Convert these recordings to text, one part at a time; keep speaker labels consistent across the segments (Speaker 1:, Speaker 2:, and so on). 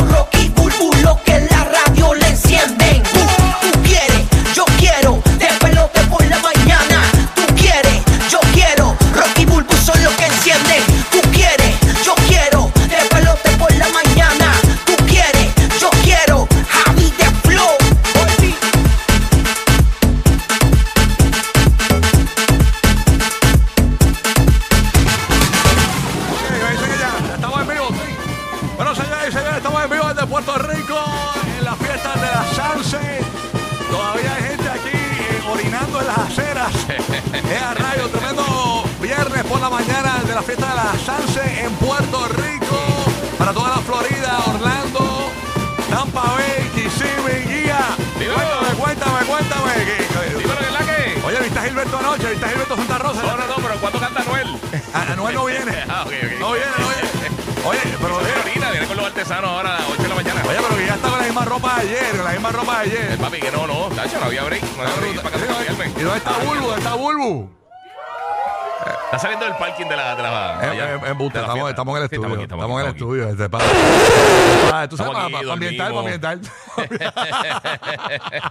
Speaker 1: Rocky Bulbulo que la radio le encienden. Tú, tú quieres, yo quiero, de pelote por la mañana. Tú quieres, yo quiero, Rocky Bulbu son los que encienden. Tú quieres, yo quiero, de pelote por la mañana. Tú quieres, yo quiero, Javi de Flow.
Speaker 2: Venga, dice que ya, ya estamos en vivo, sí. Bueno, señores y señores, estamos en vivo desde Puerto Rico, en las fiestas de la Sanse. Todavía hay gente aquí eh, orinando en las aceras. es a rayo, tremendo viernes por la mañana de la fiesta de la Sanse en Puerto Rico. Para toda la Florida, Orlando, Tampa Bay, Kissimmee, Guía.
Speaker 3: Dímelo.
Speaker 2: Cuéntame, cuéntame, cuéntame. que- que-
Speaker 3: Dímelo, ¿qué es la que?
Speaker 2: Oye, viste a Gilberto anoche, viste a Gilberto Santa Rosa.
Speaker 3: No, no, no, pero ¿cuándo canta Noel?
Speaker 2: A- Anuel no viene.
Speaker 3: Ah, ok, ok.
Speaker 2: No viene, no viene. Oye, pero
Speaker 3: Oye, ahorita viene con los artesanos ahora a las 8 de la mañana.
Speaker 2: Oye, pero que ya está con la misma ropa de ayer, con la misma ropa de
Speaker 3: Eh,
Speaker 2: ayer.
Speaker 3: papi, que no, no, Tacho, no había break. No había break para que se cambiarme.
Speaker 2: ¿Y dónde está Bulbu? ¿Dónde está Bulbu?
Speaker 3: Está saliendo del parking de la. De la
Speaker 2: En,
Speaker 3: allá,
Speaker 2: en, en busta,
Speaker 3: de la
Speaker 2: eh, estamos,
Speaker 3: fiesta.
Speaker 2: estamos en el
Speaker 3: Sí,
Speaker 2: estudio.
Speaker 3: aquí,
Speaker 2: Estamos en el
Speaker 3: aquí,
Speaker 2: estudio. este, pa- pa- Tú sabes,
Speaker 3: Estamos
Speaker 2: para
Speaker 3: aquí,
Speaker 2: pa- pa ambientar, para
Speaker 3: dormimos.
Speaker 2: ambientar.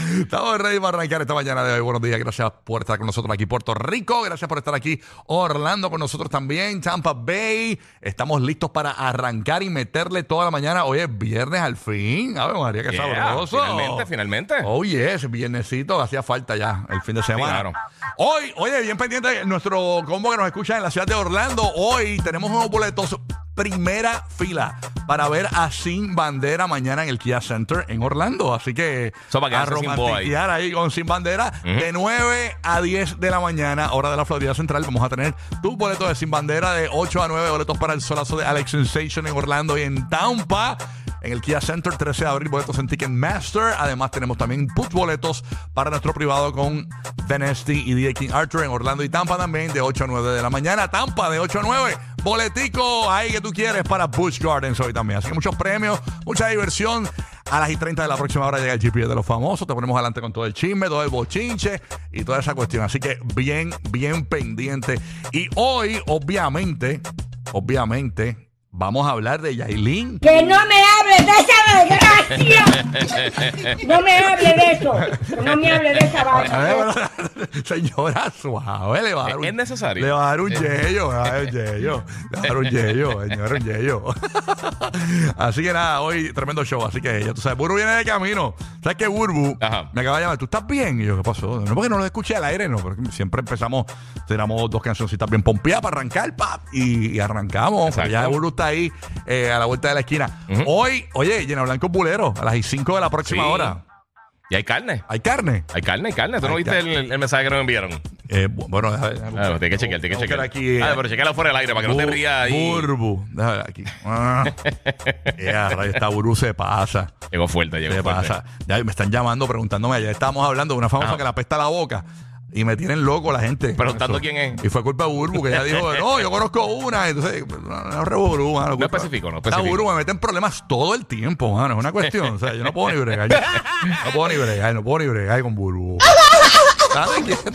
Speaker 2: Estamos ready para arrancar esta mañana de hoy. Buenos días, gracias por estar con nosotros aquí, Puerto Rico. Gracias por estar aquí, Orlando, con nosotros también, Tampa Bay. Estamos listos para arrancar y meterle toda la mañana. Hoy es viernes al fin. Ave María, qué
Speaker 3: Yeah,
Speaker 2: sabroso.
Speaker 3: finalmente, finalmente.
Speaker 2: Oh, yes, viernesito, hacía falta ya el fin de semana.
Speaker 3: Claro.
Speaker 2: Hoy, oye, bien pendiente nuestro combo que nos escucha en la ciudad de Orlando. Hoy tenemos unos boletos primera fila para ver a Sin Bandera mañana en el Kia Center en Orlando. Así que
Speaker 3: Eso para
Speaker 2: a
Speaker 3: quedarse sin boa ahí.
Speaker 2: romantiquear ahí con Sin Bandera de 9 a 10 de la mañana, hora de la Florida Central. Vamos a tener tus boletos de Sin Bandera de 8 a 9, boletos para el solazo de Alex Sensation en Orlando y en Tampa. En el Kia Center, 13 de abril, boletos en Ticketmaster. Además, tenemos también put boletos para nuestro privado con Vanesti y DJ King Arthur en Orlando y Tampa también, de 8 a 9 de la mañana. Tampa, de 8 a 9. Boletico ahí que tú quieres para Busch Gardens hoy también. Así que muchos premios, mucha diversión. A las y 30 de la próxima hora llega el GPS de los famosos. Te ponemos adelante con todo el chisme, todo el bochinche y toda esa cuestión. Así que bien, bien pendiente. Y hoy, obviamente, obviamente, vamos a hablar de Yailin.
Speaker 4: Que no me hable de esa desgracia. No me hable de eso. No me hable de esa
Speaker 2: A ver,
Speaker 4: vaina.
Speaker 2: bueno, Señora, suave, le va a dar un...
Speaker 3: ¿Es necesario?
Speaker 2: Le va a dar un yello, le va a dar un yello. Le va a dar un yello, señor, un yello. así que nada, hoy tremendo show. Así que ya tú sabes, Burbu viene de camino. ¿Sabes qué, Burbu?
Speaker 3: Ajá.
Speaker 2: Me acaba de llamar, ¿tú estás bien? Y yo, ¿qué pasó? No, porque no lo escuché al aire, no. Porque siempre empezamos, tiramos dos cancioncitas bien pompeadas para arrancar, pap, y, y arrancamos.
Speaker 3: Exacto.
Speaker 2: Ya Burbu está ahí eh, a la vuelta de la esquina. Hoy, oye, llena Blanco Bulero, a las 5 de la próxima
Speaker 3: Sí.
Speaker 2: hora.
Speaker 3: Y hay carne.
Speaker 2: ¿Hay carne?
Speaker 3: Hay carne, hay carne. ¿Tú no
Speaker 2: Hay
Speaker 3: viste
Speaker 2: carne.
Speaker 3: el, el mensaje que nos enviaron?
Speaker 2: Eh, bu- bueno, déjame. déjame
Speaker 3: Ah,
Speaker 2: buscar.
Speaker 3: tienes que chequear, tienes
Speaker 2: Voy
Speaker 3: que
Speaker 2: a
Speaker 3: chequear.
Speaker 2: buscar aquí. eh,
Speaker 3: ah, pero chequearla fuera del aire para que no te
Speaker 2: Bur-
Speaker 3: rías ahí.
Speaker 2: Burbu. Déjame ver aquí. Ah. Ya, rayo, esta Burbu se pasa.
Speaker 3: Llegó fuerte, llegó
Speaker 2: Se
Speaker 3: fuerte.
Speaker 2: pasa. Ya me están llamando preguntándome. Ayer estábamos hablando de una famosa
Speaker 3: Ah.
Speaker 2: que la pesta la boca. Y me tienen loco la gente.
Speaker 3: Preguntando
Speaker 2: Eso.
Speaker 3: quién es.
Speaker 2: Y fue culpa de Burbu, que ella dijo, no, yo conozco una. Entonces, no, no revolú, mano. culpa-
Speaker 3: especificó, no
Speaker 2: Esta
Speaker 3: especificó.
Speaker 2: Burbu me mete en problemas todo el tiempo, mano. Es una cuestión. O sea, yo no puedo ni bregar. no puedo ni bregar, no puedo ni bregar con Burbu. Dame quieto.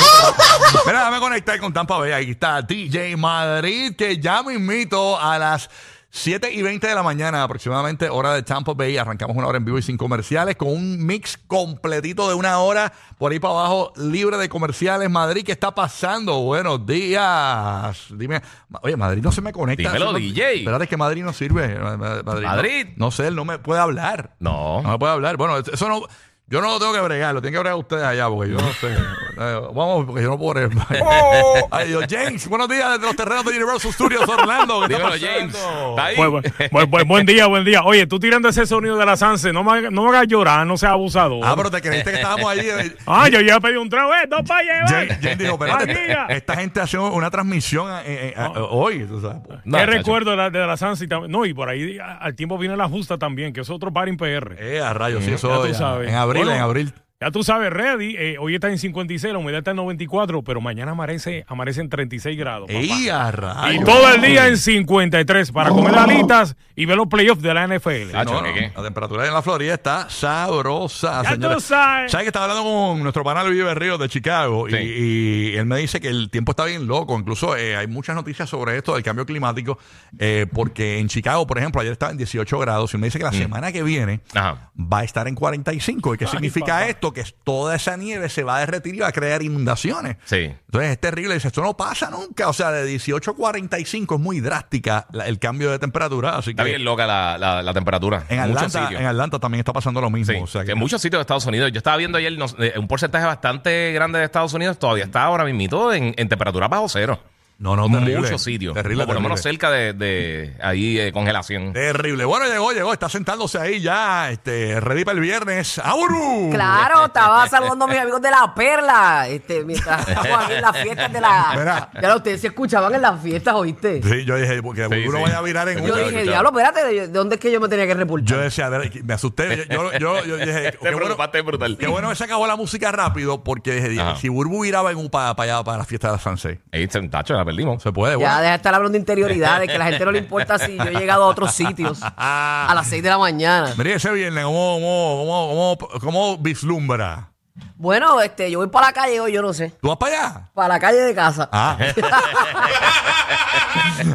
Speaker 2: Mira, dame conectar con Tampa Bay. Aquí está DJ Madrid, que ya me invito a las 7 y 20 de la mañana, aproximadamente, hora de Tampa Bay. Arrancamos una hora en vivo y sin comerciales, con un mix completito de una hora por ahí para abajo, libre de comerciales. Madrid, ¿qué está pasando? Buenos días. Dime, ma- oye, Madrid no se me conecta.
Speaker 3: Dímelo,
Speaker 2: Eso no-
Speaker 3: DJ.
Speaker 2: Espérate, es que Madrid no sirve. Ma- ma- Madrid. no-
Speaker 3: Madrid.
Speaker 2: No, sé, él no me puede hablar.
Speaker 3: No.
Speaker 2: Ah. No me puede hablar. Bueno, eso no. Yo no lo tengo que bregar, lo tienen que bregar ustedes allá, porque yo no sé. Eh, vamos, porque yo no puedo leer. Ay, Dios, James, buenos días desde los terrenos de Universal Studios Orlando. ¿Qué está
Speaker 3: Dímelo, James.
Speaker 2: pasando?
Speaker 3: ¿Está ahí?
Speaker 5: Buen, buen- buen- buen- buen día, buen día. Oye, tú tirando ese sonido de la Sanse, no me, no me hagas llorar, no seas abusador.
Speaker 2: Ah, pero te creíste que estábamos ahí. eh.
Speaker 5: Ah, yo ya pedí un trago, eh, dos para llevar.
Speaker 2: James, James dijo, espérate,
Speaker 5: Amiga.
Speaker 2: esta gente hace una transmisión eh, eh,
Speaker 5: Ah.
Speaker 2: eh, hoy. o sea,
Speaker 3: No,
Speaker 5: Qué
Speaker 3: chacho.
Speaker 5: recuerdo de la, de la Sanse y tam- No, y por ahí a- al tiempo viene la justa también, que es otro par en PR.
Speaker 2: eh, a rayos, sí,
Speaker 5: Ya
Speaker 2: eso
Speaker 5: tú
Speaker 2: ya.
Speaker 5: sabes.
Speaker 2: En abril,
Speaker 5: Bueno,
Speaker 2: en abril.
Speaker 5: Ya tú sabes, Ready, eh, hoy está en 56, la humedad está en 94, pero mañana amanece, amanece en 36 grados. papá.
Speaker 2: Ey, a
Speaker 5: Y
Speaker 2: rayos.
Speaker 5: todo el día en 53 para comer alitas y ver los playoffs de la NFL.
Speaker 3: Ah,
Speaker 2: No,
Speaker 3: choque,
Speaker 2: no,
Speaker 3: ¿qué?
Speaker 2: La temperatura en la Florida está sabrosa,
Speaker 5: Ya tú
Speaker 2: señores.
Speaker 5: sabes.
Speaker 2: que estaba hablando con nuestro panel Vive Ríos de Chicago?
Speaker 3: Sí.
Speaker 2: Y, y él me dice que el tiempo está bien loco. Incluso eh, hay muchas noticias sobre esto del cambio climático. eh, porque en Chicago, por ejemplo, ayer estaba en 18 grados. Y él me dice que la
Speaker 3: Mm.
Speaker 2: semana que viene
Speaker 3: Ajá.
Speaker 2: va a estar en 45. ¿Y qué significa
Speaker 5: papá.
Speaker 2: esto? Que toda esa nieve se va a derretir y va a crear inundaciones.
Speaker 3: Sí.
Speaker 2: Entonces es terrible, dice, esto no pasa nunca. O sea, de 18 a 45 es muy drástica la- el cambio de temperatura. Así
Speaker 3: Está
Speaker 2: que
Speaker 3: bien loca la, la, la temperatura.
Speaker 2: en
Speaker 3: muchos
Speaker 2: Atlanta,
Speaker 3: sitios.
Speaker 2: en Atlanta también está pasando lo mismo.
Speaker 3: Sí,
Speaker 2: o sea, que-
Speaker 3: en muchos sitios de Estados Unidos. Yo estaba viendo ayer no sé, eh, un porcentaje bastante grande de Estados Unidos todavía está ahora mismito en, en temperatura bajo cero.
Speaker 2: no, no, terrible.
Speaker 3: Muchos sitios.
Speaker 2: Terrible,
Speaker 3: O por lo menos
Speaker 2: terrible.
Speaker 3: cerca de, de ahí eh, congelación.
Speaker 2: Terrible. Bueno, llegó, llegó. Está sentándose ahí ya, este, ready para el viernes. ¡Auru!
Speaker 6: Claro, estaba saludando a mis amigos de la perla, este, mientras estábamos aquí en las fiestas de la.
Speaker 2: Mira.
Speaker 6: Ya lo, ustedes se escuchaban en las fiestas, ¿oíste?
Speaker 2: Sí, yo dije, porque
Speaker 3: Sí,
Speaker 2: uno
Speaker 3: sí.
Speaker 2: vaya a virar en
Speaker 3: Yo
Speaker 2: una.
Speaker 6: Yo
Speaker 3: escuchaba,
Speaker 6: dije,
Speaker 3: escuchaba.
Speaker 6: diablo, espérate, ¿de de dónde es que yo me tenía que
Speaker 2: Yo
Speaker 6: reportar?
Speaker 2: decía, a ver, me asusté. Yo, yo, yo- yo dije,
Speaker 3: Te
Speaker 2: qué bueno,
Speaker 3: preocupaste brutal.
Speaker 2: qué bueno que se acabó la música rápido, porque dije,
Speaker 3: Ajá.
Speaker 2: si Burbu viraba en un para allá para la fiesta de la Sanse,
Speaker 3: Ahí, tacho, la perdimos.
Speaker 2: se puede, bueno.
Speaker 6: Ya deja de estar hablando de interioridades, que a la gente no le importa si yo he llegado a otros sitios a las 6 de la mañana.
Speaker 2: Mira ese viernes, ¿cómo, cómo, cómo, cómo, cómo vislumbra?
Speaker 6: Bueno, este, yo voy para la calle hoy, yo no sé.
Speaker 2: ¿Tú vas para allá?
Speaker 6: Para la calle de casa.
Speaker 2: Ah.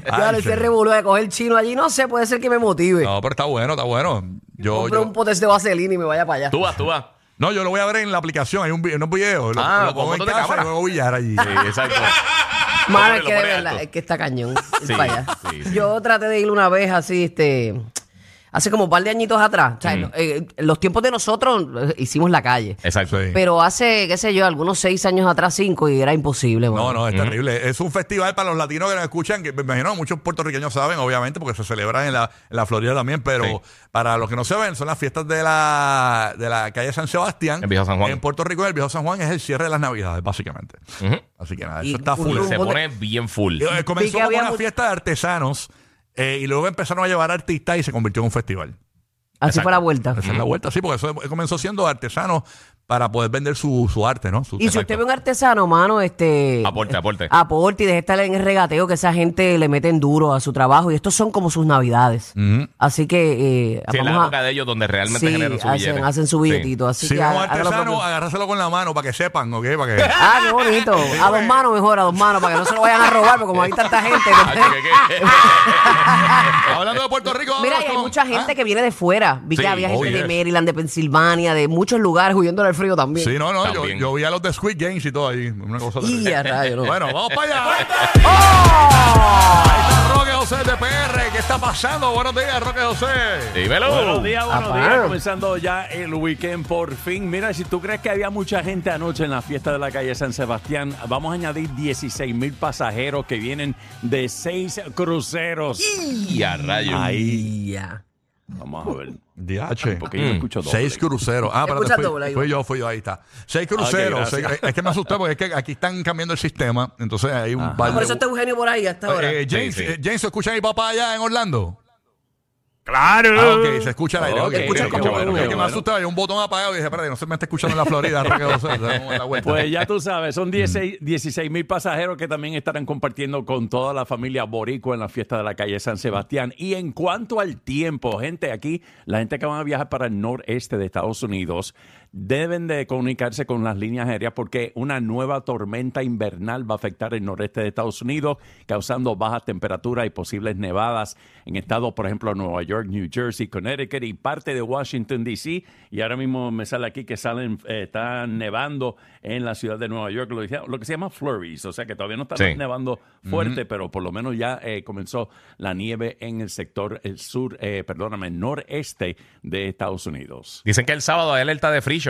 Speaker 6: Ya
Speaker 2: Ay,
Speaker 6: ese
Speaker 2: sí.
Speaker 6: revolú de coger chino allí, no sé, puede ser que me motive.
Speaker 2: No, pero está bueno, está bueno. Yo,
Speaker 6: Compre
Speaker 2: yo-
Speaker 6: un potes de vaselina y me vaya para allá.
Speaker 3: Tú vas, tú vas.
Speaker 2: no, yo lo voy a ver en la aplicación. Hay un, vi- unos videos. Lo,
Speaker 3: Ah,
Speaker 2: lo pongo
Speaker 3: con
Speaker 2: en
Speaker 3: fotos de
Speaker 2: casa
Speaker 3: cámara.
Speaker 2: y luego billar allí.
Speaker 3: Sí, exacto.
Speaker 6: Mano, es
Speaker 3: Lo
Speaker 6: que de
Speaker 3: pone
Speaker 6: verdad, eh.
Speaker 3: alto.
Speaker 6: es que está cañón. ir
Speaker 3: Sí,
Speaker 6: para allá.
Speaker 3: sí, sí.
Speaker 6: Yo traté de ir una vez así, este, hace como un par de añitos atrás. O sea, no, eh, los tiempos de nosotros eh, hicimos la calle.
Speaker 3: Exacto.
Speaker 2: Sí.
Speaker 6: Pero hace, qué sé yo, algunos seis años atrás, cinco, y era imposible.
Speaker 2: No,
Speaker 6: mano.
Speaker 2: no, es terrible. Es un festival para los latinos que nos escuchan, que me imagino muchos puertorriqueños saben, obviamente, porque se celebran en la, en la Florida también, pero
Speaker 3: Sí.
Speaker 2: para los que no saben, son las fiestas de la, de la calle San Sebastián.
Speaker 3: El Viejo San Juan.
Speaker 2: En Puerto Rico, el Viejo San Juan es el cierre de las Navidades, básicamente. Así que nada,
Speaker 6: Y
Speaker 2: eso está
Speaker 6: un
Speaker 2: full.
Speaker 6: rumbo
Speaker 3: Se
Speaker 6: Como
Speaker 3: pone bien full.
Speaker 2: Eh,
Speaker 6: Vi
Speaker 2: Comenzó
Speaker 6: que
Speaker 2: como
Speaker 6: había
Speaker 2: una
Speaker 6: much-
Speaker 2: fiesta de artesanos eh, y luego empezaron a llevar artistas y se convirtió en un festival.
Speaker 6: Así fue la vuelta.
Speaker 2: Esa es la vuelta, sí, porque eso comenzó siendo artesanos para poder vender su, su arte, ¿no? Su-
Speaker 6: Y si usted ve un artesano, mano, este...
Speaker 3: Aporte, aporte.
Speaker 6: Aporte y deje estar en el regateo que esa gente le meten duro a su trabajo. Y estos son como sus navidades. Así que... eh,
Speaker 3: Sí, en la
Speaker 6: vamos a-
Speaker 3: época de ellos donde realmente
Speaker 6: Sí,
Speaker 3: generan su
Speaker 6: hacen,
Speaker 3: billete.
Speaker 6: hacen su
Speaker 3: Sí.
Speaker 6: billetito. Así
Speaker 2: si
Speaker 6: que
Speaker 2: ven un
Speaker 6: ha- hágalo
Speaker 2: artesano,
Speaker 6: propio.
Speaker 2: agárraselo con la mano para que sepan, ¿ok? Para que...
Speaker 6: Ah, qué bonito. A dos manos mejor, a dos manos, para que no se lo vayan a robar, porque como hay tanta gente. pues,
Speaker 3: Tacho, ¿qué,
Speaker 6: que-
Speaker 3: qué? Ah,
Speaker 2: Hablando de Puerto Rico,
Speaker 6: Mira,
Speaker 2: vámonos
Speaker 6: y hay
Speaker 2: con- ¿Ah?
Speaker 6: mucha gente que viene de fuera. Vi
Speaker 3: Sí,
Speaker 6: que había gente
Speaker 3: oh, yes.
Speaker 6: de Maryland, de Pensilvania, de muchos lugares huyendo del frío también.
Speaker 2: Sí, no, no, yo,
Speaker 3: También.
Speaker 2: yo vi a los de Squid Games y todo ahí. Una cosa
Speaker 6: Y
Speaker 2: terrible.
Speaker 6: a rayos, no. ¡Oh!
Speaker 2: Bueno, vamos para allá. Ahí está Roque José de PR. ¿Qué está pasando? Buenos días, Roque José.
Speaker 3: Dímelo.
Speaker 7: Buenos días, buenos
Speaker 6: Apá.
Speaker 7: días. Comenzando ya el weekend por fin. Mira, si tú crees que había mucha gente anoche en la fiesta de la calle San Sebastián, vamos a añadir 16 mil pasajeros que vienen de seis cruceros.
Speaker 3: Y a rayos.
Speaker 7: Ahí,
Speaker 6: Ya.
Speaker 7: vamos a ver.
Speaker 2: DH.
Speaker 7: Porque yo escucho doble.
Speaker 2: Seis cruceros. Ah, pero
Speaker 6: Escucha
Speaker 2: fui,
Speaker 6: doble, ahí
Speaker 2: fui
Speaker 6: va.
Speaker 2: yo, fui yo, ahí está. Seis cruceros.
Speaker 7: Ok, gracias.
Speaker 2: seis- es que me asusté porque es que aquí están cambiando el sistema. Entonces hay un par de-
Speaker 6: Ah, Por eso está Eugenio por ahí hasta ahora.
Speaker 2: Eh, James,
Speaker 3: Sí, sí.
Speaker 2: eh, James, ¿se escucha a mi papá allá en Orlando?
Speaker 5: Claro.
Speaker 2: Ah, ok, se escucha al aire.
Speaker 7: Ok,
Speaker 2: ok,
Speaker 7: escucha
Speaker 2: ok,
Speaker 7: como
Speaker 2: qué bueno,
Speaker 7: uno.
Speaker 2: Es que me asustaba, hay un botón apagado y dije, espérate, no se me está escuchando en la Florida, Roque José. Damos la vuelta.
Speaker 7: Pues ya tú sabes, son 16 mil pasajeros que también estarán compartiendo con toda la familia boricua en la fiesta de la calle San Sebastián. Y en cuanto al tiempo, gente, aquí la gente que van a viajar para el noreste de Estados Unidos deben de comunicarse con las líneas aéreas porque una nueva tormenta invernal va a afectar el noreste de Estados Unidos, causando bajas temperaturas y posibles nevadas en estados, por ejemplo, Nueva York, New Jersey, Connecticut y parte de Washington, D.C. Y ahora mismo me sale aquí que salen, eh, está nevando en la ciudad de Nueva York, lo, que- lo que se llama flurries, o sea que todavía no está
Speaker 3: Sí.
Speaker 7: nevando fuerte, pero por lo menos ya eh, comenzó la nieve en el sector el sur, eh, perdóname, noreste de Estados Unidos.
Speaker 3: Dicen que el sábado hay alerta de frío.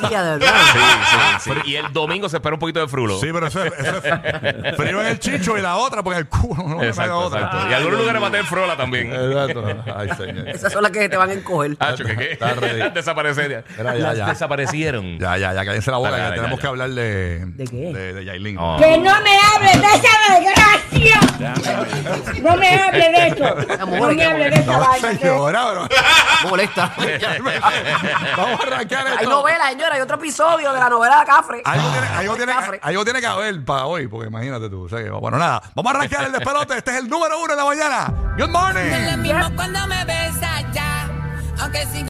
Speaker 6: Mira, de verdad.
Speaker 3: Sí, sí. Y el domingo se espera un poquito de frulo.
Speaker 2: Sí, pero eso es, eso es frío en el chicho y la otra, porque el culo no me pega
Speaker 3: Exacto,
Speaker 2: otra. Ah,
Speaker 3: exacto. Y algunos lugares va a tener frola también.
Speaker 2: Eh,
Speaker 8: Exacto. Ay, señor.
Speaker 6: Esas son las que te van a encoger.
Speaker 3: Hacho, que qué.
Speaker 8: Está ready.
Speaker 3: Desaparecerían.
Speaker 8: Era ya,
Speaker 3: Las
Speaker 8: ya.
Speaker 3: Desaparecieron.
Speaker 8: Ya, ya, ya, cállense la boca, que
Speaker 3: Dale, dale,
Speaker 8: tenemos
Speaker 3: dale.
Speaker 8: que hablar de... ¿De
Speaker 6: qué?
Speaker 8: De, Yailin.
Speaker 3: Oh.
Speaker 4: Que no me hable de esa desgracia. No me hable de eso.
Speaker 6: Amor,
Speaker 4: No me
Speaker 6: qué
Speaker 4: hable de esa
Speaker 8: No,
Speaker 4: vaina. que-
Speaker 8: señora, bro.
Speaker 6: Molesta.
Speaker 8: Vamos a arrancar esto.
Speaker 6: Hay novela, señora. Hay otro episodio de la novela de Cafre.
Speaker 2: Algo tiene, algo, tiene,
Speaker 6: Cafre.
Speaker 2: algo tiene que haber para hoy, porque imagínate tú. o sea que, bueno, nada. Vamos a arrancar el despelote. Este es el número uno de la mañana. Good morning.
Speaker 9: Lo mismo cuando me besa ya, aunque sin